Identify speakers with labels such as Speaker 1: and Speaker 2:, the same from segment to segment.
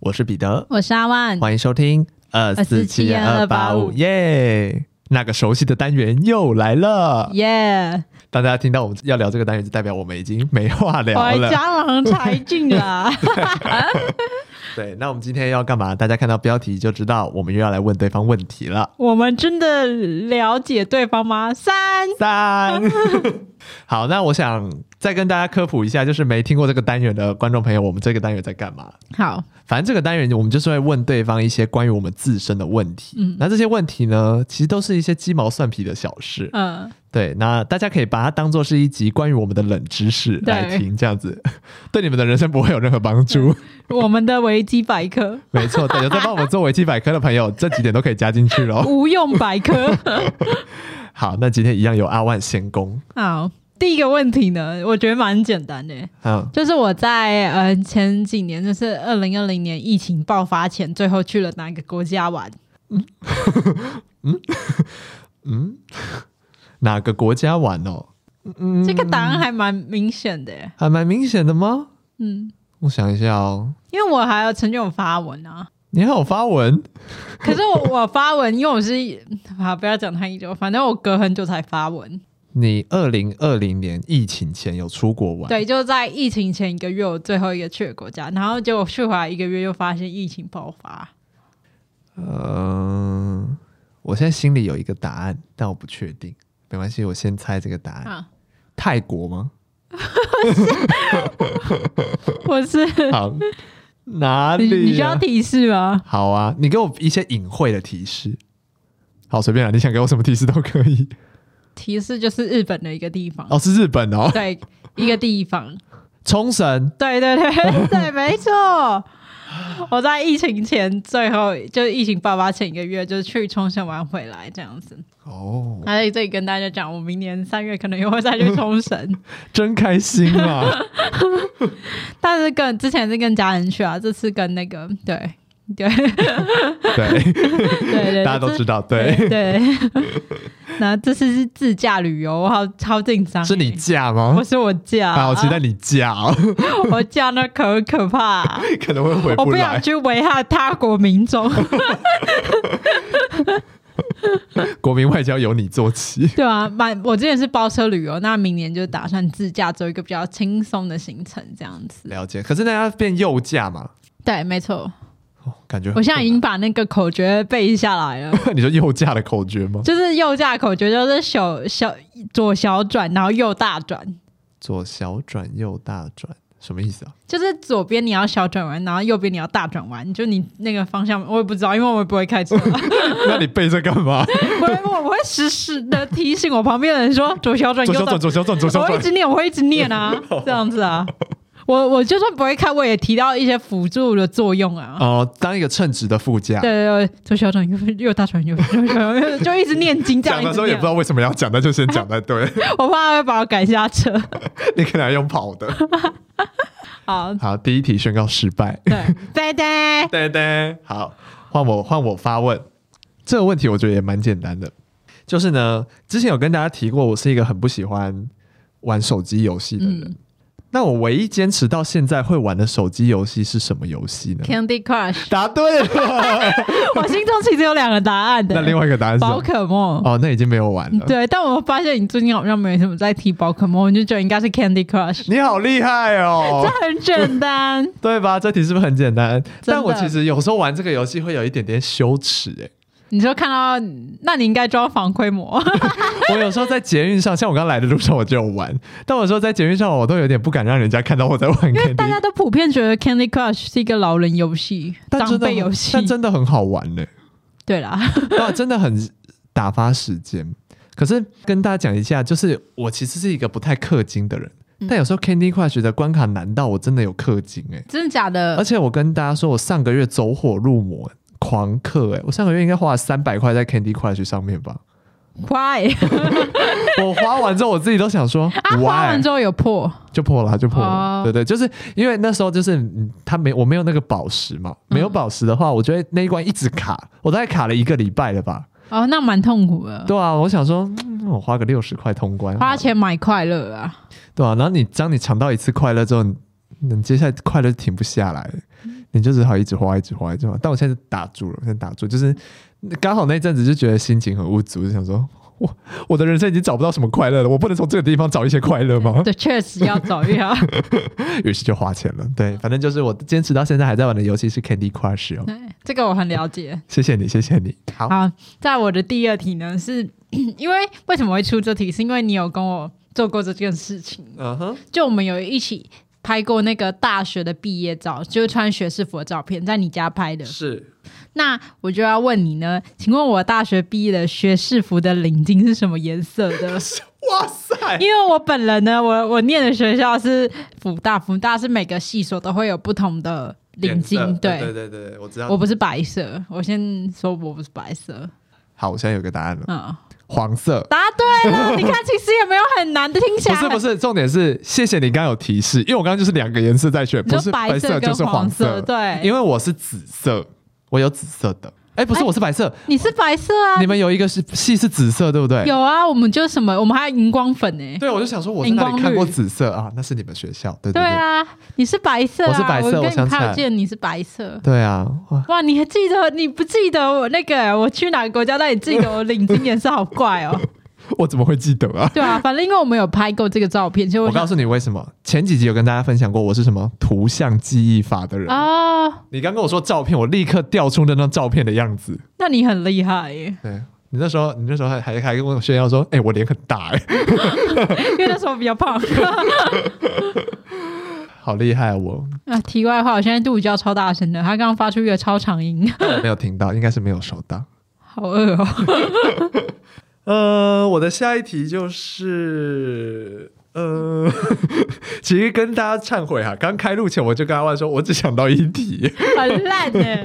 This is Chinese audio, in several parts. Speaker 1: 我是彼得，
Speaker 2: 我是阿万，
Speaker 1: 欢迎收听二四七二八五
Speaker 2: 247-285
Speaker 1: 耶！那个熟悉的单元又来了。
Speaker 2: 耶！
Speaker 1: 大家听到我们要聊这个单元，就代表我们已经没话
Speaker 2: 我
Speaker 1: 聊
Speaker 2: 还
Speaker 1: 了。
Speaker 2: 江郎才尽 啦！
Speaker 1: 对，那我们今天要干嘛？大家看到标题就知道，我们又要来问对方问题了。
Speaker 2: 我们真的了解对方吗？三，
Speaker 1: 三。好，那我想再跟大家科普一下，就是没听过这个单元的观众朋友，我们这个单元在干嘛？
Speaker 2: 好，
Speaker 1: 反正这个单元我们就是会问对方一些关于我们自身的问题。
Speaker 2: 嗯
Speaker 1: 那这些问题呢，其实都是一些鸡毛蒜皮的小事。
Speaker 2: 嗯，
Speaker 1: 对，那大家可以把它当做是一集关于我们的冷知识
Speaker 2: 对
Speaker 1: 来听，这样子 对你们的人生不会有任何帮 助。
Speaker 2: 我们的维基 百科
Speaker 1: 没错，对，有在帮我们做维基百科的朋友，这几点都可以加进去喽。
Speaker 2: 无用百科。
Speaker 1: 好，那今天一样由阿万先攻。
Speaker 2: 好，第一个问题呢，我觉得蛮简单的，
Speaker 1: 嗯，
Speaker 2: 就是我在呃前几年，就是二零二零年疫情爆发前，最后去了哪个国家玩？
Speaker 1: 哪个国家玩哦？
Speaker 2: 这个答案还蛮明显的，
Speaker 1: 还蛮明显的吗？
Speaker 2: 嗯，
Speaker 1: 我想一下哦，
Speaker 2: 因为我还有曾经有发文啊，
Speaker 1: 你还有发文
Speaker 2: 可是我我发文，因为我是好不要讲太久，反正我隔很久才发文。
Speaker 1: 你二零二零年疫情前有出国玩？，
Speaker 2: 对，就在疫情前一个月，我最后一个去的国家，然后结果去回来一个月，又发现疫情爆发。
Speaker 1: 嗯，我现在心里有一个答案，但我不确定。没关系，我先猜这个答案。
Speaker 2: 啊，
Speaker 1: 泰国吗？
Speaker 2: 我是
Speaker 1: 好，哪
Speaker 2: 你你
Speaker 1: 里
Speaker 2: 需
Speaker 1: 呀、
Speaker 2: 要提示吗？
Speaker 1: 好啊，你给我一些隐晦的提示。好，随便啦，你想给我什么提示都可以。
Speaker 2: 提示就是日本的一个地方，
Speaker 1: 哦，是日本哦，
Speaker 2: 对，一个地方，
Speaker 1: 冲绳。
Speaker 2: 对对 对对，没错。我在疫情前最后就是疫情爆发前一个月，就是去冲绳玩回来这样子。
Speaker 1: 哦，
Speaker 2: 那在这里跟大家讲，我明年三月可能又会再去冲绳。
Speaker 1: 真开心 啊！
Speaker 2: 但是跟之前是跟家人去啊，这次跟那个对对
Speaker 1: 对，
Speaker 2: 对对，
Speaker 1: 大家都知道，对。
Speaker 2: 对对。 那这次是自驾旅游，我好超紧张欸、
Speaker 1: 是你嫁吗
Speaker 2: 不？是我驾、
Speaker 1: 啊，我期待你嫁哦，
Speaker 2: 我驾那可可怕 啊、
Speaker 1: 可能会回
Speaker 2: 我不
Speaker 1: 来
Speaker 2: 想。去危害他国民众，
Speaker 1: 国民外交由你做起。
Speaker 2: 对啊，蛮我之前是包车旅游，那明年就打算自驾走一个比较轻松的行程，这样子。
Speaker 1: 了解，可是那要变右驾嘛？
Speaker 2: 对，没错，
Speaker 1: 哦，感觉
Speaker 2: 我现在已经把那个口诀背下来 了。
Speaker 1: 你说右驾的口诀吗？
Speaker 2: 就是右驾口诀，就是小小左小转，然后右大转，
Speaker 1: 左小转，右大转，什么意 思啊？
Speaker 2: 就是左边你要小转弯，然后右边你要大转弯，就你那个方向我也不知道，因为我也不会 开车，我
Speaker 1: 那你背这干嘛？
Speaker 2: 会我会时时的提醒我旁边的人说左小 转
Speaker 1: 左
Speaker 2: 右
Speaker 1: 小
Speaker 2: 大
Speaker 1: 转，左小转，左小
Speaker 2: 我会一
Speaker 1: 转。
Speaker 2: 直念，我会一直念 啊，这样子啊，我我就算不会开，我也提到一些辅助的作用啊。
Speaker 1: 哦，当一个称职的副驾。
Speaker 2: 对对对，左小转右右大转右右小转 右，就一直念经这样
Speaker 1: 讲
Speaker 2: 一
Speaker 1: 的时
Speaker 2: 直
Speaker 1: 候也不
Speaker 2: 念
Speaker 1: 知，道为什么要讲，但就先讲才对。
Speaker 2: 我怕他会把我赶下车。
Speaker 1: 你可能要用跑的。
Speaker 2: 好，
Speaker 1: 好，第一题宣告失败。
Speaker 2: 对，拜拜。
Speaker 1: 对对，好，换我换我发问。这个问题我觉得也蛮简单的，就是呢，之前有跟大家提过，我是一个很不喜欢玩手机游戏的人。
Speaker 2: 嗯
Speaker 1: 那我唯一坚持到现在会玩的手机游戏是什么游戏呢？
Speaker 2: Candy Crush，
Speaker 1: 答对了。
Speaker 2: 我心中其实有两个答案的。
Speaker 1: 那另外一个答案是什
Speaker 2: 宝
Speaker 1: 么？
Speaker 2: 可梦，
Speaker 1: 哦，那已经没有玩了。
Speaker 2: 对，但我发现你最近好像没什么在提宝可梦，我就觉得应该是 Candy Crush，
Speaker 1: 你好厉害哦
Speaker 2: 这，很 简单。
Speaker 1: 对吧？这题是不是很简单？但我
Speaker 2: 的
Speaker 1: 其实有时候玩这个游戏会有一点点羞耻、欸，
Speaker 2: 你说看到，那你应该装防窥膜，
Speaker 1: 我有时候在捷运上，像我刚来的路上我就有玩，但我有时候在捷运上我都有点不敢让人家看到我在玩 Candy，
Speaker 2: 大家都普遍觉得 Candy Crush 是一个老人游戏、
Speaker 1: 但
Speaker 2: 长
Speaker 1: 真的
Speaker 2: 辈
Speaker 1: 很
Speaker 2: 游戏
Speaker 1: 但。真的很好玩 呢、
Speaker 2: 对 啦，
Speaker 1: 哇，真的很打发时间。可是跟大家讲一下，就是我其实是一个不太氪金的人，
Speaker 2: 嗯
Speaker 1: 但有时候 Candy Crush 的关卡难到我真的有氪金哎、
Speaker 2: 真的假
Speaker 1: 而
Speaker 2: 的？
Speaker 1: 且我跟大家说，我上个月走火入魔。狂氪哎、我上个月应该花了三百块在 Candy Crush 上面吧。
Speaker 2: 快！
Speaker 1: 我花完之后，我自己都想说
Speaker 2: 啊，
Speaker 1: ，why？
Speaker 2: 花完之后有破，
Speaker 1: 就破了，就破了。
Speaker 2: 哦
Speaker 1: 对对，就是因为那时候就是嗯他没
Speaker 2: 嗯
Speaker 1: 我没有那个宝石嘛，没有宝石的话，我觉得那一关一直卡，我大概卡了一个礼拜了吧。
Speaker 2: 哦，那蛮痛苦的，
Speaker 1: 对啊，我想说，嗯我花个六十块通关，
Speaker 2: 花钱买快乐啊！
Speaker 1: 对啊，然后你当你尝到一次快乐之后，你你接下来快乐就停不下来了，
Speaker 2: 嗯
Speaker 1: 你就只好一直花，一直花，一直花。但我现在打住了，我现在打住，就是刚好那阵子就觉得心情很无足，就想说， 我我的人生已经找不到什么快乐了，我不能从这个地方找一些快乐吗？
Speaker 2: 对，确实要找 一下。
Speaker 1: 于是就花钱了。
Speaker 2: 嗯
Speaker 1: 对，反正就是我坚持到现在还在玩的游戏是 Candy Crush 哦。
Speaker 2: 对，哎这个我很了解。
Speaker 1: 谢谢你，谢谢你。好，
Speaker 2: 好，在我的第二题呢，是 因为为什么会出这题？是因为你有跟我做过这件事情，
Speaker 1: 嗯哼，
Speaker 2: 就我们有一起拍过那个大学的毕业照，就是穿学士服的照片，在你家拍的。
Speaker 1: 是
Speaker 2: 那我就要问你呢，请问我大学毕业的学士服的领巾是什么颜色 的？
Speaker 1: 哇塞，
Speaker 2: 因为我本人呢，我我念的学校是辅大，辅大是每个系所都会有不同的领
Speaker 1: 颜色
Speaker 2: 巾，对。
Speaker 1: 对对对，我知道
Speaker 2: 我不是白色，我先说我不是白色，
Speaker 1: 好，我现在有个答案了，
Speaker 2: 嗯，
Speaker 1: 黄色。
Speaker 2: 答 对了。你看，其实也没有很难的，听起
Speaker 1: 不
Speaker 2: 来
Speaker 1: 是不
Speaker 2: 很
Speaker 1: 是，重点是谢谢你刚刚有提示，因为我刚刚就是两个颜色在选，
Speaker 2: 你说
Speaker 1: 不是白
Speaker 2: 白色跟
Speaker 1: 就是黄
Speaker 2: 黄色对
Speaker 1: 因为我是紫色，我有紫色的，哎，不是，
Speaker 2: 哎
Speaker 1: 我是白色，
Speaker 2: 你是白色啊？
Speaker 1: 你们有一个是系是紫色，对不对？
Speaker 2: 有啊，我们就什么，我们还有荧光粉呢、
Speaker 1: 对，我就想说我在哪
Speaker 2: 荧光
Speaker 1: 里
Speaker 2: 绿
Speaker 1: 看过紫色啊？那是你们学校，对对
Speaker 2: 对
Speaker 1: 对，
Speaker 2: 啊，你是白色、啊，
Speaker 1: 我是白色
Speaker 2: 跟
Speaker 1: 我想
Speaker 2: 你
Speaker 1: 起来
Speaker 2: 看，我记得你是白色。
Speaker 1: 对啊，哇，
Speaker 2: 哇，你还记得？你不记得我那个？我去哪个国家？但你记得我领巾颜色好怪 哦。
Speaker 1: 我怎么会记得啊？
Speaker 2: 对啊，反正因为我们有拍过这个照片，所以
Speaker 1: 我
Speaker 2: 想
Speaker 1: 告诉你为什么，前几集有跟大家分享过我是什么图像记忆法的人。
Speaker 2: 哦，
Speaker 1: 你刚跟我说照片，我立刻调出那张照片的样子。
Speaker 2: 那你很厉害 耶，
Speaker 1: 对你那时候，你那时候还还还跟我炫耀说，哎、我脸很大、哎。
Speaker 2: 因为那时候我比较胖。
Speaker 1: 好厉害啊、我
Speaker 2: 啊，题外话，我现在肚子叫超大声的，他刚刚发出一个超 长音，
Speaker 1: 没有听到，应该是没有收到。
Speaker 2: 好饿哦。
Speaker 1: 呃，我的下一题就是，呃， 其实跟大家忏悔哈、刚开录前我就跟阿万说，我只想到一题。
Speaker 2: 很烂呢、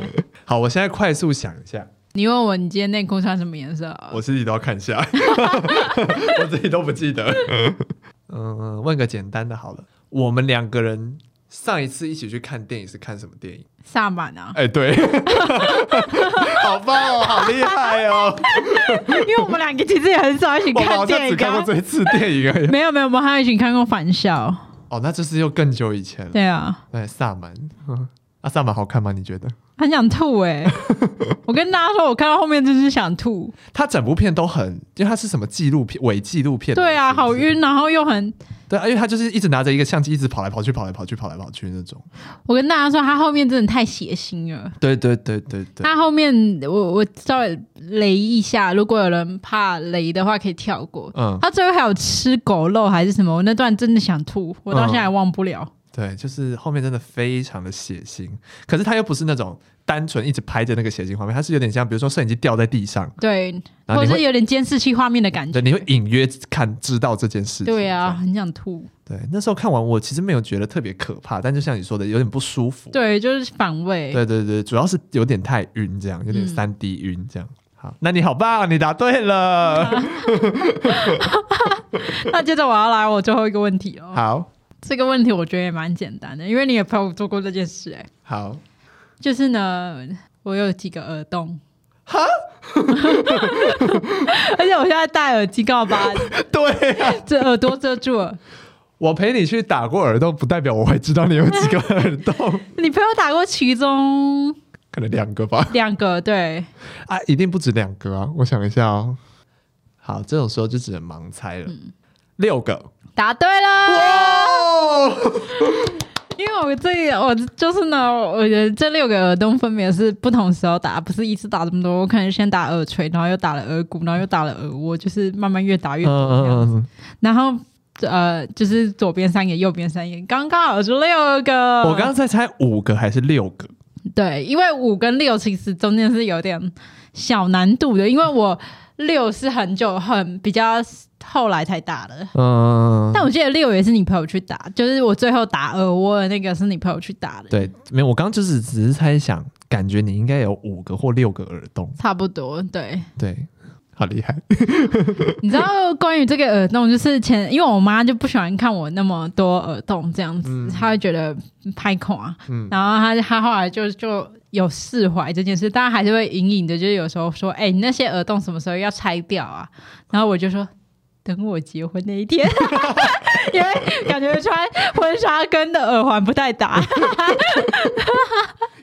Speaker 1: 好，我现在快速想一下，
Speaker 2: 你问我你今天内裤穿什么颜色啊？
Speaker 1: 我自己都要看一 下，我自己都不记 得。嗯、问个简单的好了，我们两个人上一次一起去看电影是看什么电影？
Speaker 2: 萨 满啊，
Speaker 1: 哎、对，好棒哦，好厉害 哦，
Speaker 2: 因为我们两个其实也很少一起
Speaker 1: 我们好
Speaker 2: 看
Speaker 1: 像
Speaker 2: 电
Speaker 1: 只
Speaker 2: 影、
Speaker 1: 看过
Speaker 2: 啊。
Speaker 1: 这一次电影而已。
Speaker 2: 没有没有，我们还有一起看过《返校》。
Speaker 1: 哦，那就是又更久以前了。
Speaker 2: 对啊，
Speaker 1: 对，萨满，嗯啊，萨满好看吗？你觉得？
Speaker 2: 很想吐 哎、我跟大家说，我看到后面真是想吐。
Speaker 1: 它整部片都很，因为它是什么纪录片、伪纪录片。
Speaker 2: 对啊，好。
Speaker 1: 是不是
Speaker 2: 晕，然后又很……
Speaker 1: 对啊，因为他就是一直拿着一个相机，一直跑来跑去、跑来跑去、跑来跑去那种。
Speaker 2: 我跟大家说，他后面真的太血腥了。
Speaker 1: 对对对对对。
Speaker 2: 他后面我我稍微雷一下，如果有人怕雷的话，可以跳过。
Speaker 1: 嗯，
Speaker 2: 他最后还有吃狗肉还是什么？我那段真的想吐，我到现在还忘不了。
Speaker 1: 对，就是后面真的非常的血腥，可是他又不是那种单纯一直拍着那个血腥画面，他是有点像，比如说摄影机掉在地上，
Speaker 2: 对，
Speaker 1: 然
Speaker 2: 或
Speaker 1: 后
Speaker 2: 者
Speaker 1: 你
Speaker 2: 是
Speaker 1: 会，
Speaker 2: 有点监视器画面的感觉
Speaker 1: 对，。你会隐约看知道这件事情。
Speaker 2: 对
Speaker 1: 这
Speaker 2: 啊，
Speaker 1: 样，
Speaker 2: 很想吐。
Speaker 1: 对，那时候看完我其实没有觉得特别可怕，但就像你说的，有点不舒服。
Speaker 2: 对，就是反胃。
Speaker 1: 对对对，主要是有点太晕，这样有点
Speaker 2: 嗯
Speaker 1: 三 D 晕这样。好，那你好棒，你答对了。
Speaker 2: 那接着我要来我最后一个问题哦。
Speaker 1: 好
Speaker 2: 这个问题我觉得也蛮简单的，因为你也陪我做过这件事、哎，
Speaker 1: 好，
Speaker 2: 就是呢，我有几个耳洞。哈， 而且我现在戴耳机，刚好把
Speaker 1: 对啊、
Speaker 2: 这耳朵遮住了。
Speaker 1: 我陪你去打过耳洞，不代表我会知道你有几个耳洞，
Speaker 2: 你陪我打过其中
Speaker 1: 可能两个吧。
Speaker 2: 两个，对，
Speaker 1: 啊，一定不止两个啊！我想一下哦。好，这种时候就只能盲猜了。六个，
Speaker 2: 答对了。
Speaker 1: 嗯哇！哦
Speaker 2: 因为我这个我就是呢，我觉得这六个耳洞分别是不同时候打，不是一次打这么多。我可能先打耳垂，然后又打了耳骨，然后又打了耳窝，就是慢慢越打越
Speaker 1: 嗯
Speaker 2: 多这样
Speaker 1: 嗯
Speaker 2: 然后呃，就是左边三个，右边三个，刚刚好是六个。
Speaker 1: 嗯，我刚刚在猜五个还是六个？
Speaker 2: 对，因为五跟六其实中间是有点小难度的，因为我六是很久很比较后来才打的。
Speaker 1: 嗯，
Speaker 2: 但我记得六也是你陪我去打，就是我最后打耳窝的那个是你陪我去打的，
Speaker 1: 对，没有，我刚刚就是只是猜想，感觉你应该有五个或六个耳洞。
Speaker 2: 差不多对。
Speaker 1: 对，好厉害，
Speaker 2: 你知道关于这个耳洞，就是前因为我妈就不喜欢看我那么多耳洞这样子，
Speaker 1: 嗯
Speaker 2: 她会觉得拍孔啊。
Speaker 1: 嗯
Speaker 2: 然后她她后来就就有释怀这件事，当然还是会隐隐的，就是有时候说，哎、你那些耳洞什么时候要拆掉啊？然后我就说。等我结婚那一天， 因为感觉穿婚纱跟的耳环不太搭， ，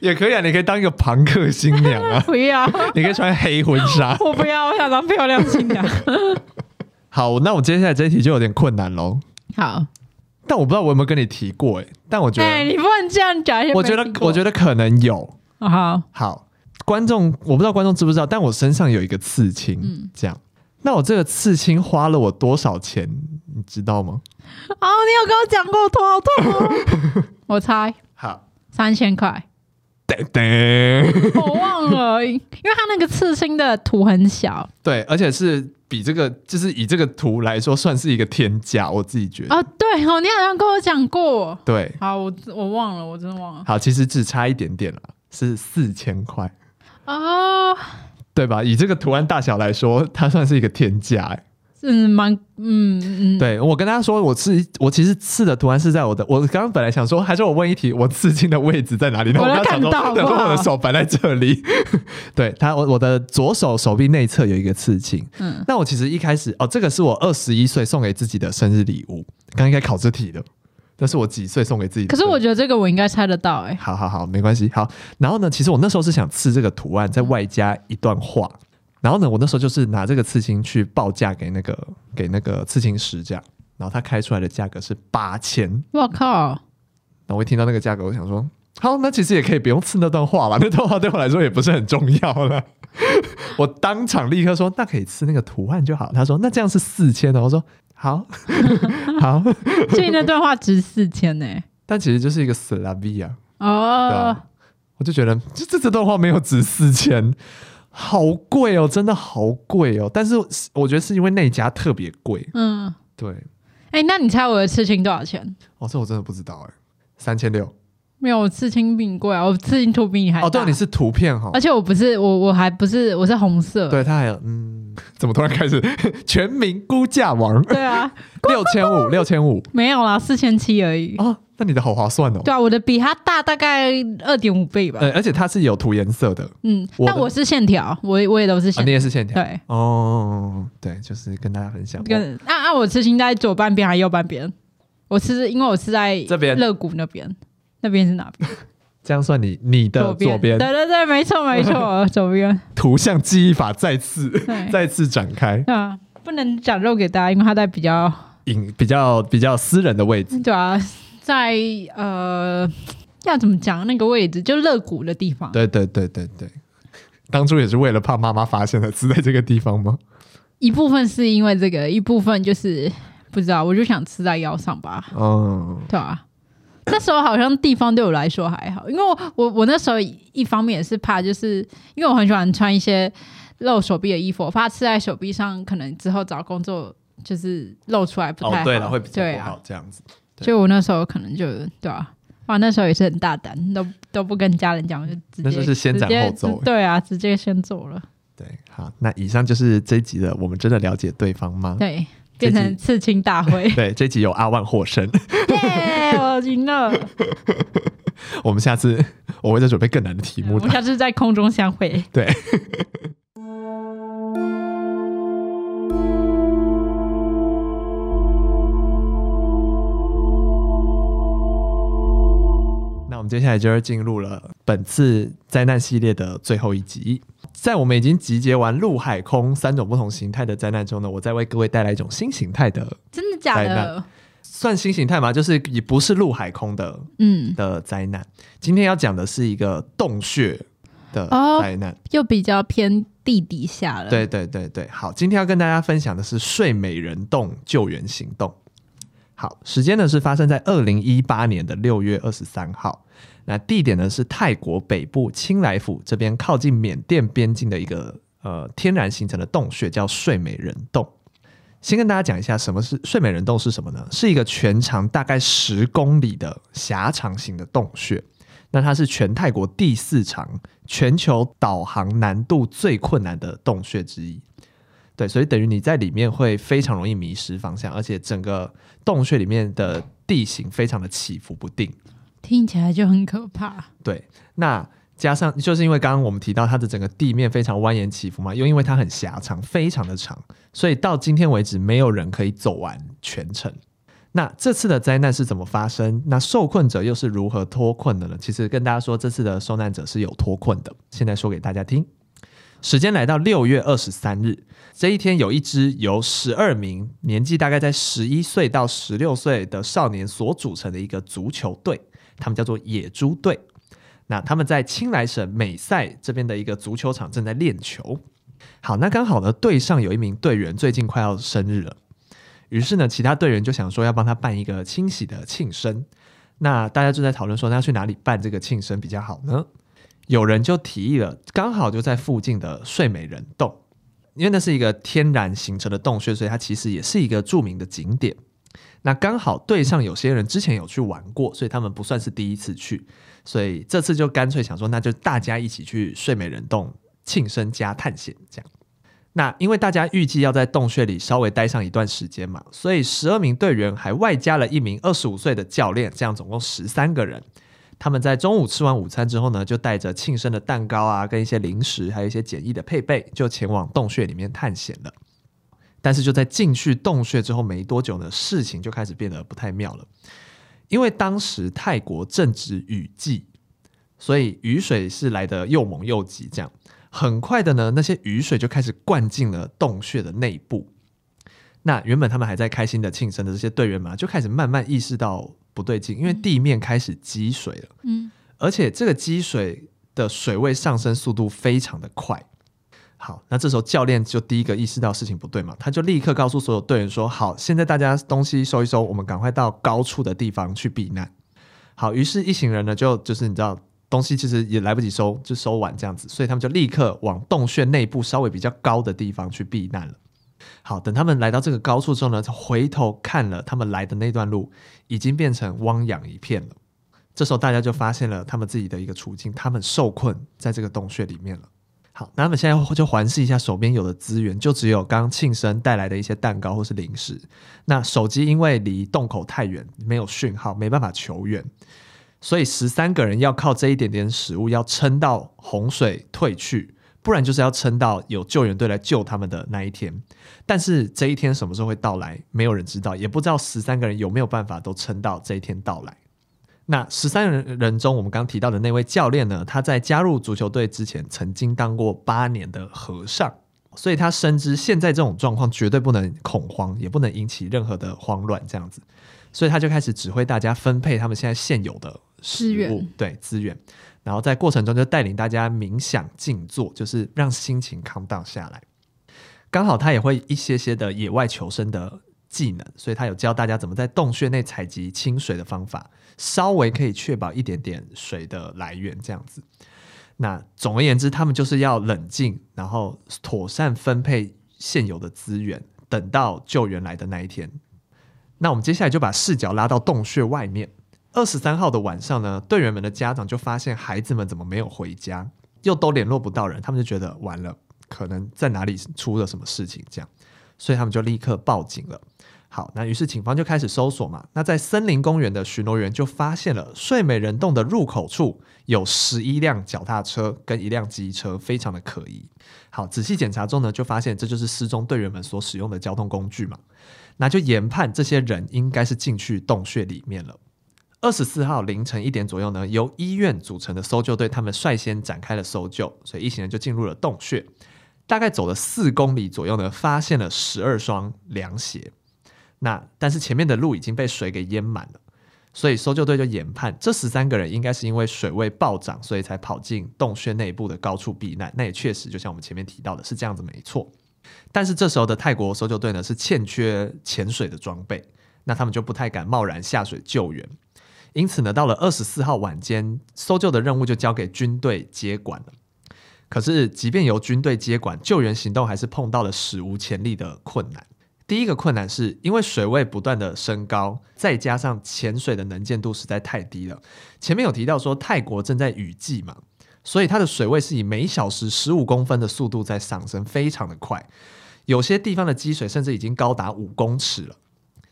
Speaker 1: 也可以啊，你可以当一个朋克新娘啊
Speaker 2: 不要，
Speaker 1: 你可以穿黑婚纱。
Speaker 2: 我不要，我想当漂亮新 娘。
Speaker 1: 好，那我接下来这一题就有点困难喽，
Speaker 2: 好，
Speaker 1: 但我不知道我有没有跟你提过哎、但我觉
Speaker 2: 哎、
Speaker 1: 得，
Speaker 2: 你不能这样讲。
Speaker 1: 我觉得，我觉
Speaker 2: 得
Speaker 1: 得可能有。
Speaker 2: 好，
Speaker 1: 好，观众我不知道观众知不知道，但我身上有一个刺青，
Speaker 2: 嗯
Speaker 1: 这样。那我这个刺青花了我多少钱，你知道吗？
Speaker 2: 哦，你有跟我讲过，我头好痛哦。 我猜
Speaker 1: 好，
Speaker 2: 三千 块，
Speaker 1: 噔噔，
Speaker 2: 我忘了，因为它那个刺青的图很小
Speaker 1: 对，而且是比这个，就是以这个图来说，算是一个天价，我自己觉得。
Speaker 2: 哦。对哦，你好像跟我讲过。
Speaker 1: 对，
Speaker 2: 好，我我忘了，我真的忘了。
Speaker 1: 好，其实只差一点点啦，是四千块，
Speaker 2: 哦，
Speaker 1: 对吧？以这个图案大小来说，它算是一个天价、欸。
Speaker 2: 嗯，蛮，嗯嗯，
Speaker 1: 对我跟大家说，我刺我其实刺的图案是在我的，我刚刚本来想说，还是我问一题，我刺青的位置在哪里？但
Speaker 2: 我都
Speaker 1: 刚刚想说
Speaker 2: 看到好不
Speaker 1: 想
Speaker 2: 好
Speaker 1: 说我的手摆在这里。 对它，我我的左手手臂内侧有一个刺青。
Speaker 2: 嗯
Speaker 1: 那我其实一开始哦，这个是我二十一岁送给自己的生日礼物，刚刚应该考这题的，那是我几岁送给自己的
Speaker 2: 可
Speaker 1: 生日
Speaker 2: 是
Speaker 1: 礼物？
Speaker 2: 我觉得这个我应该猜得到、哎，
Speaker 1: 好好好，没关系。好，然后呢，其实我那时候是想刺这个图案，再外加一段话。然后呢，我那时候就是拿这个刺青去报价给那个给那个刺青师，这样，然后他开出来的价格是八千。
Speaker 2: 我靠，
Speaker 1: 然后我一听到那个价格，我想说，好，那其实也可以不用刺那段话 吧，那段话对我来说也不是很重要了。 我当场立刻说，那可以刺那个图案就好。他说，那这样是四千哦的。我说，好， 好，
Speaker 2: 所以那段话值四千 呢。
Speaker 1: 但其实就是一个死拉比啊。对
Speaker 2: 哦
Speaker 1: 啊，我就觉得这这这段话没有值四千，好贵哦，真的好贵哦。但是我觉得是因为那家特别贵，
Speaker 2: 嗯，
Speaker 1: 对，
Speaker 2: 哎、那你猜我的刺青多少钱？
Speaker 1: 哦，这我真的不知道哎，三千六
Speaker 2: 没有，我刺青比你贵啊，我刺青图比你还大
Speaker 1: 哦，对、啊，你是图片哈、
Speaker 2: 而且我不是我，我还不是，我是红色。
Speaker 1: 对，他还有嗯，怎么突然开始 全民估价王
Speaker 2: 对啊，
Speaker 1: 六千五六千五
Speaker 2: 没有啦，四千七而已。
Speaker 1: 啊？那你的好划算哦，
Speaker 2: 对啊啊，我的比它大大概二点五倍吧。
Speaker 1: 呃，而且它是有涂颜色的，
Speaker 2: 嗯，
Speaker 1: 我的
Speaker 2: 但我是线条，我我也都是
Speaker 1: 啊，
Speaker 2: 线
Speaker 1: 你也是线条
Speaker 2: 对，
Speaker 1: 哦，对，就是跟大家分享，
Speaker 2: 跟啊啊，我刺青在左半边还是右半边？我是因为我是在
Speaker 1: 这边
Speaker 2: 肋骨那边，那边是哪边？
Speaker 1: 这样算你你的左边
Speaker 2: 对对对，没错没 错，左边。
Speaker 1: 图像记忆法再次
Speaker 2: 对
Speaker 1: 再次展开。
Speaker 2: 啊，不能展露给大家，因为它在比较
Speaker 1: 隐比较比较私人的位置。
Speaker 2: 对啊，在呃。要怎么讲？那个位置就肋骨的地方，
Speaker 1: 对对对对对，当初也是为了怕妈妈发现了刺在这个地方吗？
Speaker 2: 一部分是因为这个，一部分就是不知道，我就想吃在腰上吧，
Speaker 1: 嗯，
Speaker 2: 对啊。那时候好像地方对我来说还好，因为我我我那时候一方面也是怕，就是因为我很喜欢穿一些露手臂的衣服，我怕刺在手臂上，可能之后找工作就是露出来不
Speaker 1: 哦
Speaker 2: 太好。对啊，
Speaker 1: 这样子。对
Speaker 2: 所以我那时候可能就对啊，哇，那时候也是很大胆，都都不跟家人讲，我就直接
Speaker 1: 那就是先斩
Speaker 2: 直接
Speaker 1: 后奏欸啊
Speaker 2: 对啊，直接先做了，
Speaker 1: 对，好，那以上就是这一集的，我们真的了解对方吗？。
Speaker 2: 对，变成刺青大会
Speaker 1: 对，这一集有阿万获胜，
Speaker 2: 耶，我赢了！
Speaker 1: 我们下次我会再准备更难的题目
Speaker 2: 我
Speaker 1: 的
Speaker 2: 们。下次在空中相会。
Speaker 1: 对。那我们接下来就是进入了本次灾难系列的最后一集。在我们已经集结完陆、海、空三种不同形态的灾难中呢，我再为各位带来一种新形态的，
Speaker 2: 真的假
Speaker 1: 灾
Speaker 2: 的
Speaker 1: 难？算新形态吗？就是也不是陆、海、空的
Speaker 2: 嗯，
Speaker 1: 的灾难。今天要讲的是一个洞穴的
Speaker 2: 哦
Speaker 1: 灾难。
Speaker 2: 又比较偏地底下了。，
Speaker 1: 对对对对，好，今天要跟大家分享的是睡美人洞救援行动。好，时间呢是发生在二零一八年的六月二十三号，那地点呢是泰国北部清莱府这边靠近缅甸边境的一个呃天然形成的洞穴，叫睡美人洞。先跟大家讲一下什么是睡美人洞是什么呢？是一个全长大概十公里的狭长型的洞穴。那它是全泰国第四长、全球导航难度最困难的洞穴之一。对，所以等于你在里面会非常容易迷失方向，而且整个洞穴里面的地形非常的起伏不定。
Speaker 2: 听起来就很可怕。
Speaker 1: 对，那加上就是因为刚刚我们提到它的整个地面非常蜿蜒起伏嘛，又因为它很狭长，非常的长，所以到今天为止没有人可以走完全程。那这次的灾难是怎么发生？那受困者又是如何脱困的呢？其实跟大家说，这次的受难者是有脱困的。现在说给大家听，时间来到六月二十三日，这一天有一支由十二名年纪大概在十一岁到十六岁的少年所组成的一个足球队，他们叫做野猪队。那他们在青莱省美赛这边的一个足球场正在练球。好，那刚好呢，队上有一名队员最近快要生日了，于是呢，其他队员就想说要帮他办一个清洗的庆生。那大家就在讨论说，那要去哪里办这个庆生比较好呢？有人就提议了，刚好就在附近的睡美人洞，因为那是一个天然形成的洞穴，所以它其实也是一个著名的景点。那刚好队上有些人之前有去玩过，所以他们不算是第一次去，所以这次就干脆想说，那就大家一起去睡美人洞庆生加探险这样。那因为大家预计要在洞穴里稍微待上一段时间嘛，所以十二名队员还外加了一名二十五岁的教练，这样总共十三个人。他们在中午吃完午餐之后呢，就带着庆生的蛋糕啊，跟一些零食，还有一些简易的配备，就前往洞穴里面探险了。但是就在进去洞穴之后没多久呢，事情就开始变得不太妙了。因为当时泰国正值雨季，所以雨水是来的又猛又急，这样很快的呢，那些雨水就开始灌进了洞穴的内部。那原本他们还在开心的庆生的这些队员们啊，就开始慢慢意识到不对劲，因为地面开始积水了，
Speaker 2: 嗯，
Speaker 1: 而且这个积水的水位上升速度非常的快。好，那这时候教练就第一个意识到事情不对嘛，他就立刻告诉所有队员说：“好，现在大家东西收一收，我们赶快到高处的地方去避难。”好，于是，一行人呢就就是你知道，东西其实也来不及收，就收完这样子，所以他们就立刻往洞穴内部稍微比较高的地方去避难了。好，等他们来到这个高处之后呢，回头看了他们来的那段路，已经变成汪洋一片了。这时候大家就发现了他们自己的一个处境，他们受困在这个洞穴里面了。好，那他们现在就环视一下手边有的资源，就只有刚刚庆生带来的一些蛋糕或是零食。那手机因为离洞口太远，没有讯号，没办法求援，所以十三个人要靠这一点点食物要撑到洪水退去，不然就是要撑到有救援队来救他们的那一天。但是这一天什么时候会到来，没有人知道，也不知道十三个人有没有办法都撑到这一天到来。那十三人人中，我们刚提到的那位教练呢，他在加入足球队之前，曾经当过八年的和尚，所以他深知现在这种状况绝对不能恐慌，也不能引起任何的慌乱这样子，所以他就开始指挥大家分配他们现在现有的食
Speaker 2: 资
Speaker 1: 物
Speaker 2: 源
Speaker 1: 对资源，然后在过程中就带领大家冥想静坐，就是让心情 calm down 下来。刚好他也会一些些的野外求生的技能，所以他有教大家怎么在洞穴内采集清水的方法，稍微可以确保一点点水的来源这样子。那总而言之，他们就是要冷静，然后妥善分配现有的资源，等到救援来的那一天。那我们接下来就把视角拉到洞穴外面。二十三号的晚上呢，队员们的家长就发现孩子们怎么没有回家，又都联络不到人，他们就觉得完了，可能在哪里出了什么事情这样，所以他们就立刻报警了。好，那于是警方就开始搜索嘛。那在森林公园的巡逻员就发现了睡美人洞的入口处有十一辆脚踏车跟一辆机车，非常的可疑。好，仔细检查中呢，就发现这就是失踪队员们所使用的交通工具嘛。那就研判这些人应该是进去洞穴里面了。二十四号凌晨一点左右呢，由医院组成的搜救队，他们率先展开了搜救，所以一行人就进入了洞穴。大概走了四公里左右呢，发现了十二双凉鞋。那但是前面的路已经被水给淹满了，所以搜救队就研判这十三个人应该是因为水位暴涨，所以才跑进洞穴内部的高处避难。那也确实，就像我们前面提到的，是这样子没错。但是这时候的泰国搜救队呢是欠缺潜水的装备，那他们就不太敢贸然下水救援。因此呢，到了二十四号晚间，搜救的任务就交给军队接管了。可是，即便由军队接管，救援行动还是碰到了史无前例的困难。第一个困难是因为水位不断的升高，再加上潜水的能见度实在太低了。前面有提到说，泰国正在雨季嘛，所以它的水位是以每小时十五公分的速度在上升，非常的快。有些地方的积水甚至已经高达五公尺了。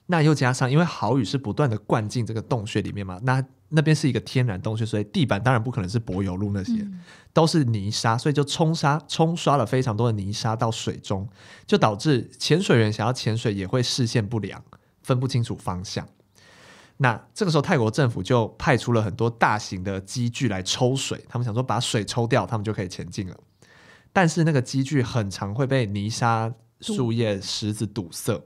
Speaker 1: 那又加上，因为好雨是不断的灌进这个洞穴里面嘛，那那边是一个天然洞穴，所以地板当然不可能是柏油路那些，都是泥沙，所以就冲沙冲刷了非常多的泥沙到水中，就导致潜水员想要潜水也会视线不良，分不清楚方向。那这个时候，泰国政府就派出了很多大型的机具来抽水，他们想说把水抽掉，他们就可以前进了。但是那个机具很常会被泥沙、树叶、石子堵塞，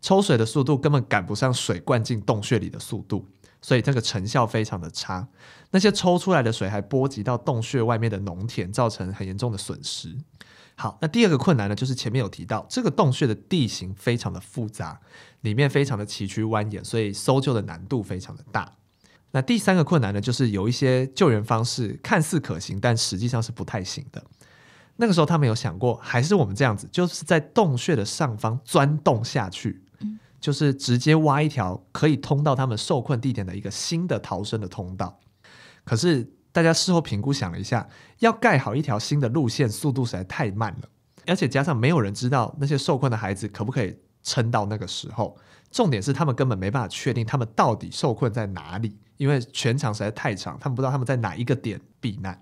Speaker 1: 抽水的速度根本赶不上水灌进洞穴里的速度，所以这个成效非常的差。那些抽出来的水还波及到洞穴外面的农田，造成很严重的损失。好，那第二个困难呢，就是前面有提到，这个洞穴的地形非常的复杂，里面非常的崎岖蜿蜒，所以搜救的难度非常的大。那第三个困难呢，就是有一些救援方式看似可行，但实际上是不太行的。那个时候他们有想过，还是我们这样子，就是在洞穴的上方钻洞下去，就是直接挖一条可以通到他们受困地点的一个新的逃生的通道。可是大家事后评估想了一下，要盖好一条新的路线，速度实在太慢了，而且加上没有人知道那些受困的孩子可不可以撑到那个时候。重点是他们根本没办法确定他们到底受困在哪里，因为全场实在太长，他们不知道他们在哪一个点避难，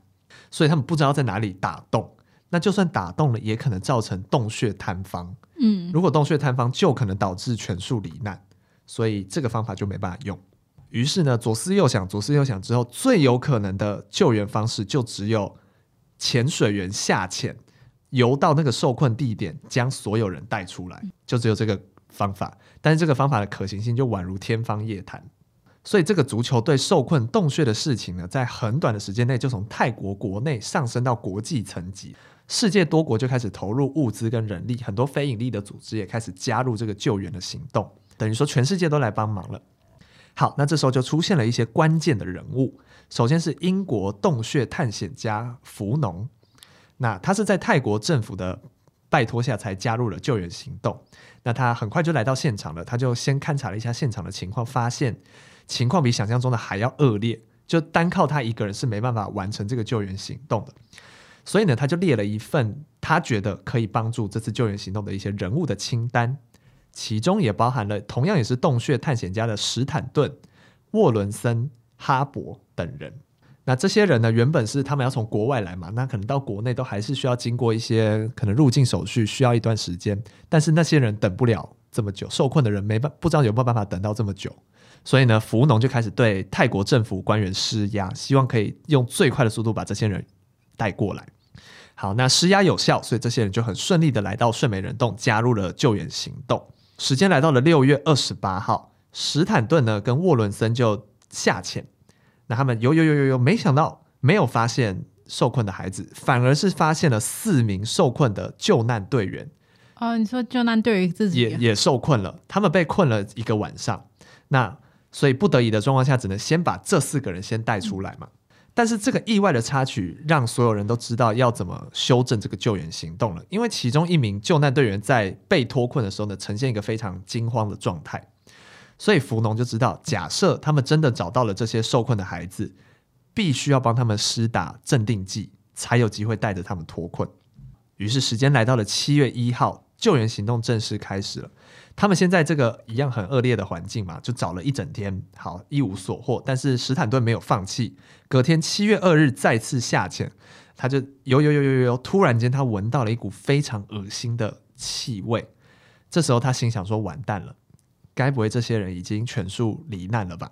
Speaker 1: 所以他们不知道在哪里打洞。那就算打洞了，也可能造成洞穴坍方。
Speaker 2: 嗯，
Speaker 1: 如果洞穴坍方，就可能导致全数罹难，所以这个方法就没办法用。于是呢，左思右想，左思右想之后，最有可能的救援方式就只有潜水员下潜，游到那个受困地点，将所有人带出来，就只有这个方法。但是这个方法的可行性就宛如天方夜谭。所以，这个足球队受困洞穴的事情呢，在很短的时间内就从泰国国内上升到国际层级，世界多国就开始投入物资跟人力，很多非盈利的组织也开始加入这个救援的行动，等于说全世界都来帮忙了。好，那这时候就出现了一些关键的人物，首先是英国洞穴探险家福农，那他是在泰国政府的拜托下才加入了救援行动，那他很快就来到现场了，他就先勘察了一下现场的情况，发现情况比想象中的还要恶劣，就单靠他一个人是没办法完成这个救援行动的。所以呢，他就列了一份他觉得可以帮助这次救援行动的一些人物的清单，其中也包含了同样也是洞穴探险家的史坦顿、沃伦森、哈勃等人。那这些人呢，原本是他们要从国外来嘛，那可能到国内都还是需要经过一些可能入境手续，需要一段时间。但是那些人等不了这么久，受困的人没办不知道有没有办法等到这么久，所以呢，福农就开始对泰国政府官员施压，希望可以用最快的速度把这些人带过来。好，那施压有效，所以这些人就很顺利的来到睡美人洞，加入了救援行动。时间来到了六月二十八号，史坦顿呢跟沃伦森就下潜，那他们游游游游游，没想到没有发现受困的孩子，反而是发现了四名受困的救难队员，
Speaker 2: 哦，你说救难队于自己
Speaker 1: 也
Speaker 2: 啊，
Speaker 1: 也受困了，他们被困了一个晚上。那所以不得已的状况下，只能先把这四个人先带出来嘛。
Speaker 2: 嗯
Speaker 1: 但是这个意外的插曲让所有人都知道要怎么修正这个救援行动了，因为其中一名救难队员在被脱困的时候呢，呈现一个非常惊慌的状态，所以福农就知道，假设他们真的找到了这些受困的孩子，必须要帮他们施打镇定剂，才有机会带着他们脱困。于是时间来到了七月一号，救援行动正式开始了。他们现在这个一样很恶劣的环境嘛，就找了一整天，好一无所获。但是史坦顿没有放弃，隔天七月二日再次下潜，他就游游游游游，突然间他闻到了一股非常恶心的气味。这时候他心想说：“完蛋了，该不会这些人已经全数罹难了吧？”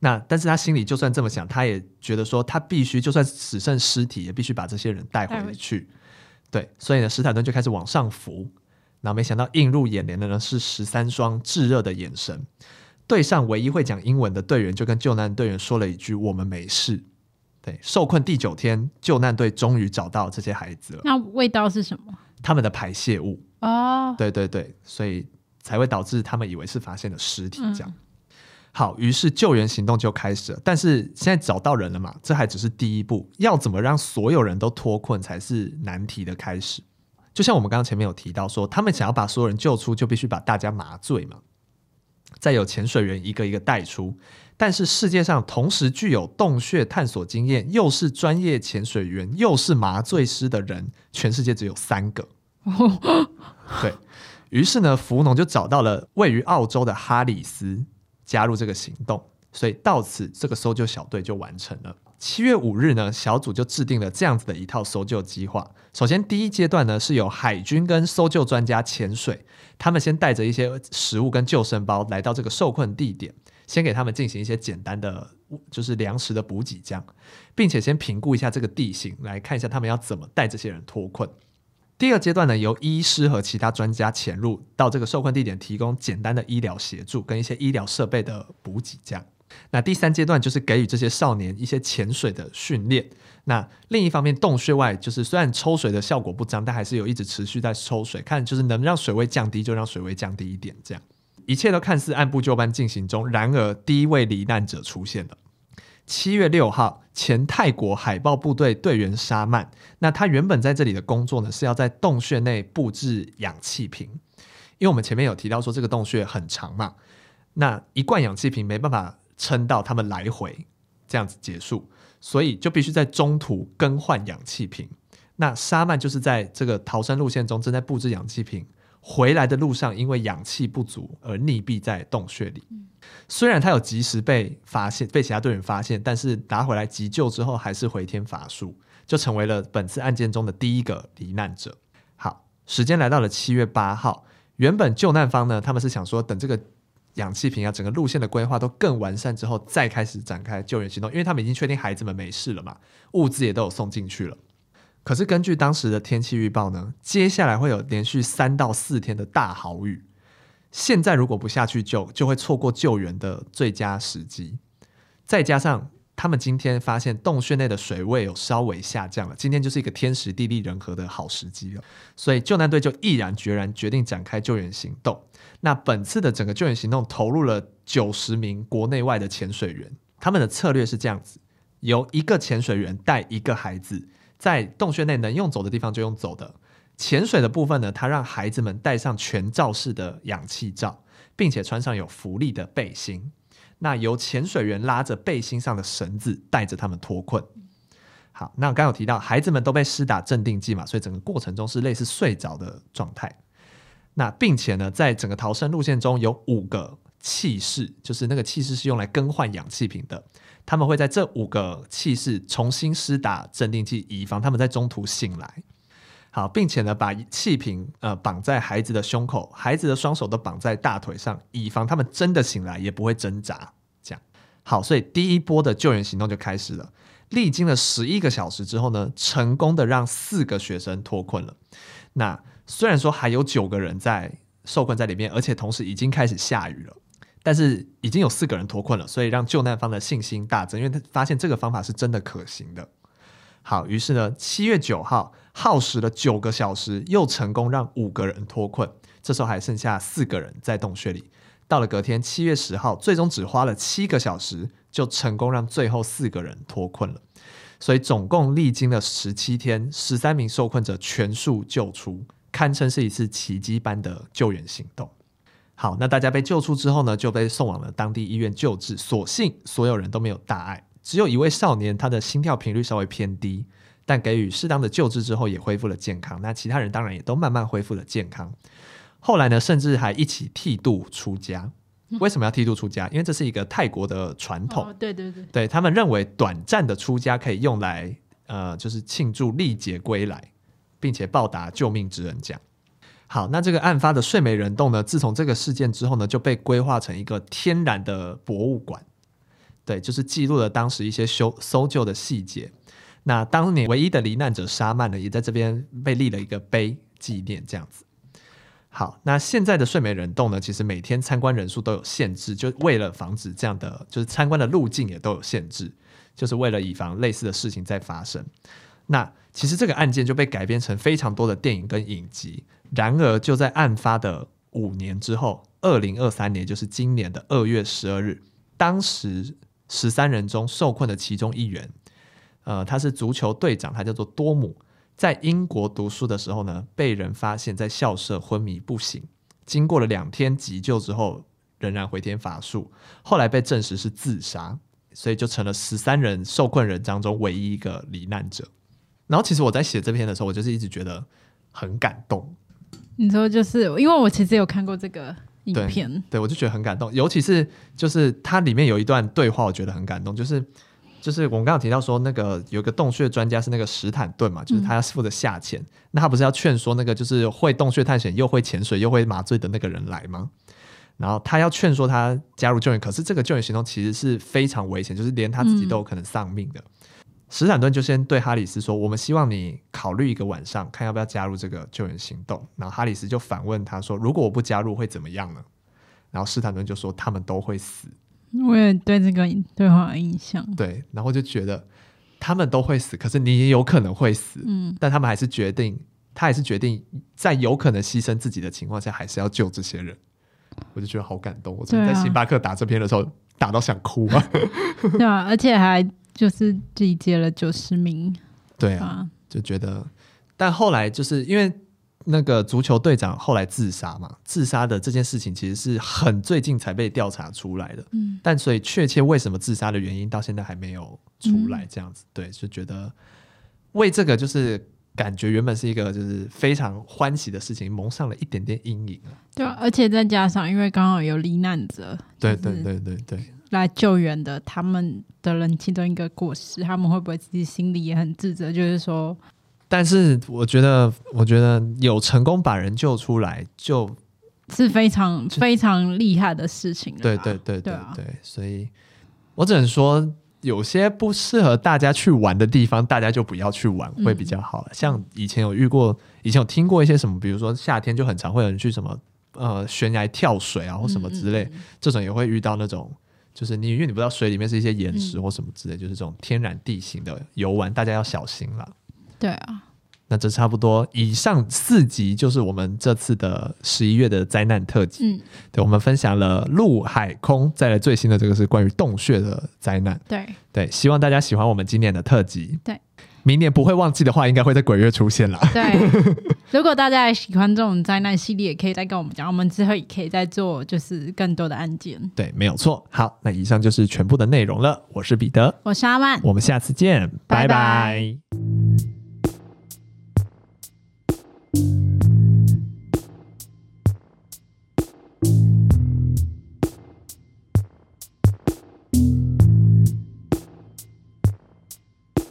Speaker 1: 那但是他心里就算这么想，他也觉得说他必须，就算只剩尸体，也必须把这些人带
Speaker 2: 带
Speaker 1: 回
Speaker 2: 回
Speaker 1: 去。对，所以呢，史坦顿就开始往上浮。然后没想到映入眼帘的呢是十三双炙热的眼神。对上唯一会讲英文的队员就跟救难队员说了一句：“我们没事。”对，受困第九天，救难队终于找到这些孩子了，
Speaker 2: 那味道是什么？
Speaker 1: 他们的排泄物。
Speaker 2: 哦，
Speaker 1: 对对对，所以才会导致他们以为是发现了尸体
Speaker 2: 嗯
Speaker 1: 这样。好，于是救援行动就开始了。但是现在找到人了嘛，这还只是第一步，要怎么让所有人都脱困才是难题的开始。就像我们刚刚前面有提到说，他们想要把所有人救出，就必须把大家麻醉嘛，再有潜水员一个一个带出。但是世界上同时具有洞穴探索经验，又是专业潜水员，又是麻醉师的人，全世界只有三个。于是呢，福农就找到了位于澳洲的哈里斯，加入这个行动。所以到此，这个搜救小队就完成了。七月五日呢，小组就制定了这样子的一套搜救计划。首先，第一阶段呢是由海军跟搜救专家潜水，他们先带着一些食物跟救生包来到这个受困地点，先给他们进行一些简单的就是粮食的补给，这样，并且先评估一下这个地形，来看一下他们要怎么带这些人脱困。第二阶段呢，由医师和其他专家潜入到这个受困地点，提供简单的医疗协助跟一些医疗设备的补给。这样，那第三阶段就是给予这些少年一些潜水的训练。那另一方面，洞穴外就是虽然抽水的效果不彰，但还是有一直持续在抽水，看就是能让水位降低就让水位降低一点。这样，一切都看似按部就班进行中。然而，第一位罹难者出现了。七月六号，前泰国海豹部队队员沙曼，那他原本在这里的工作呢，是要在洞穴内布置氧气瓶，因为我们前面有提到说这个洞穴很长嘛，那一罐氧气瓶没办法撑到他们来回这样子结束，所以就必须在中途更换氧气瓶。那沙曼就是在这个逃生路线中正在布置氧气瓶，回来的路上因为氧气不足而溺毙在洞穴里。虽然他有及时被发现，被其他队员发现，但是拿回来急救之后还是回天乏术，就成为了本次案件中的第一个罹难者。好，时间来到了七月八号，原本救难方呢，他们是想说等这个氧气瓶啊，整个路线的规划都更完善之后，再开始展开救援行动，因为他们已经确定孩子们没事了嘛，物资也都有送进去了。可是根据当时的天气预报呢，接下来会有连续三到四天的大豪雨。现在如果不下去救，就会错过救援的最佳时机。再加上他们今天发现洞穴内的水位有稍微下降了，今天就是一个天时地利人和的好时机了，所以救难队就毅然决然决定展开救援行动。那本次的整个救援行动投入了九十名国内外的潜水员，他们的策略是这样子：由一个潜水员带一个孩子，在洞穴内能用走的地方就用走的，潜水的部分呢，他让孩子们戴上全罩式的氧气罩，并且穿上有浮力的背心。那由潜水员拉着背心上的绳子，带着他们脱困。好，那我刚刚有提到，孩子们都被施打镇定剂嘛，所以整个过程中是类似睡着的状态。那并且呢，在整个逃生路线中有五个气室，就是那个气室是用来更换氧气瓶的。他们会在这五个气室重新施打镇定剂，以防他们在中途醒来。好，并且呢，把气瓶呃绑在孩子的胸口，孩子的双手都绑在大腿上，以防他们真的醒来也不会挣扎。这样好，所以第一波的救援行动就开始了。历经了十一个小时之后呢，成功的让四个学生脱困了。那虽然说还有九个人在受困在里面，而且同时已经开始下雨了，但是已经有四个人脱困了，所以让救难方的信心大增，因为他发现这个方法是真的可行的。好，于是呢，七月九号耗时了九个小时，又成功让五个人脱困。这时候还剩下四个人在洞穴里。到了隔天七月十号，最终只花了七个小时，就成功让最后四个人脱困了。所以总共历经了十七天，十三名受困者全数救出，堪称是一次奇迹般的救援行动。好，那大家被救出之后呢，就被送往了当地医院救治。所幸所有人都没有大碍，只有一位少年他的心跳频率稍微偏低，但给予适当的救治之后也恢复了健康。那其他人当然也都慢慢恢复了健康。后来呢，甚至还一起剃度出家。为什么要剃度出家？因为这是一个泰国的传统。
Speaker 2: 哦，对对对，
Speaker 1: 对他们认为短暂的出家可以用来呃，就是庆祝历劫归来，并且报答救命之恩这样。好，那这个案发的睡美人洞呢，自从这个事件之后呢，就被规划成一个天然的博物馆，对，就是记录了当时一些搜搜救的细节。那当年唯一的罹难者沙曼呢，也在这边被立了一个碑纪念，这样子。好，那现在的睡美人洞呢，其实每天参观人数都有限制，就为了防止这样的，就是参观的路径也都有限制，就是为了以防类似的事情再发生。那其实这个案件就被改编成非常多的电影跟影集。然而，就在案发的五年之后，二零二三年，就是今年的二月十二日，当时十三人中受困的其中一员，呃，他是足球队长，他叫做多姆，在英国读书的时候呢，被人发现在校舍昏迷不醒，经过了两天急救之后，仍然回天乏术，后来被证实是自杀，所以就成了十三人受困人当中唯一一个罹难者。然后其实我在写这篇的时候，我就是一直觉得很感动。
Speaker 2: 你说就是因为我其实有看过这个影片，
Speaker 1: 对我就觉得很感动，尤其是就是它里面有一段对话，我觉得很感动，就是。就是我们刚刚有提到说，那个有一个洞穴专家是那个史坦顿嘛，就是他负责下潜。那他不是要劝说那个就是会洞穴探险、又会潜水、又会麻醉的那个人来吗？然后他要劝说他加入救援，可是这个救援行动其实是非常危险，就是连他自己都有可能丧命的。史坦顿就先对哈里斯说：“我们希望你考虑一个晚上，看要不要加入这个救援行动。”然后哈里斯就反问他说：“如果我不加入会怎么样呢？”然后史坦顿就说：“他们都会死。”
Speaker 2: 我也对这个对话有 印象。
Speaker 1: 对，然后就觉得他们都会死，可是你也有可能会死，
Speaker 2: 嗯，
Speaker 1: 但他们还是决定，他还是决定在有可能牺牲自己的情况下，还是要救这些人。我就觉得好感动，我昨天
Speaker 2: 对
Speaker 1: 在
Speaker 2: 啊
Speaker 1: 星巴克打这篇的时候，打到想哭啊！
Speaker 2: 对啊，而且还就是集结了九十名
Speaker 1: 对啊，
Speaker 2: 啊，
Speaker 1: 就觉得，但后来就是因为那个足球队长后来自杀嘛，自杀的这件事情其实是很最近才被调查出来的，
Speaker 2: 嗯，
Speaker 1: 但所以确切为什么自杀的原因到现在还没有出来，这样子，对，就觉得为这个就是感觉原本是一个就是非常欢喜的事情，蒙上了一点点阴影啊
Speaker 2: 对啊，而且再加上因为刚好有罹难者，
Speaker 1: 对
Speaker 2: 就是
Speaker 1: 对对对对
Speaker 2: 来救援的，他们的人其中一个过失，他们会不会自己心里也很自责？就是说，
Speaker 1: 但是我觉得，我觉得有成功把人救出来，就是
Speaker 2: 非常非常厉害的事情了
Speaker 1: 对
Speaker 2: 吧
Speaker 1: 对对
Speaker 2: 对
Speaker 1: 对
Speaker 2: 啊
Speaker 1: 对，所以我只能说，有些不适合大家去玩的地方，大家就不要去玩，会
Speaker 2: 嗯
Speaker 1: 比较好了。像以前有遇过，以前有听过一些什么，比如说夏天就很常会有人去什么呃悬崖跳水啊，或什么
Speaker 2: 嗯
Speaker 1: 之类，这种也会遇到那种。就是你，因为你不知道水里面是一些岩石
Speaker 2: 嗯
Speaker 1: 或什么之类，就是这种天然地形的游玩，大家要小心啦。
Speaker 2: 对啊，
Speaker 1: 那这差不多，以上四集就是我们这次的十一月的灾难特辑。
Speaker 2: 嗯，
Speaker 1: 对，我们分享了陆、海、空，再来最新的这个是关于洞穴的灾难。
Speaker 2: 对，
Speaker 1: 对，希望大家喜欢我们今年的特辑。
Speaker 2: 对，
Speaker 1: 明年不会忘记的话，应该会在鬼月出现啦。
Speaker 2: 对，如果大家也喜欢这种灾难系列，也可以再跟我们讲，我们之后也可以再做就是更多的案件。
Speaker 1: 对，没有错。好，那以上就是全部的内容了。我是彼得，
Speaker 2: 我是阿曼，
Speaker 1: 我们下次见，
Speaker 2: 拜
Speaker 1: 拜
Speaker 2: 拜
Speaker 1: 拜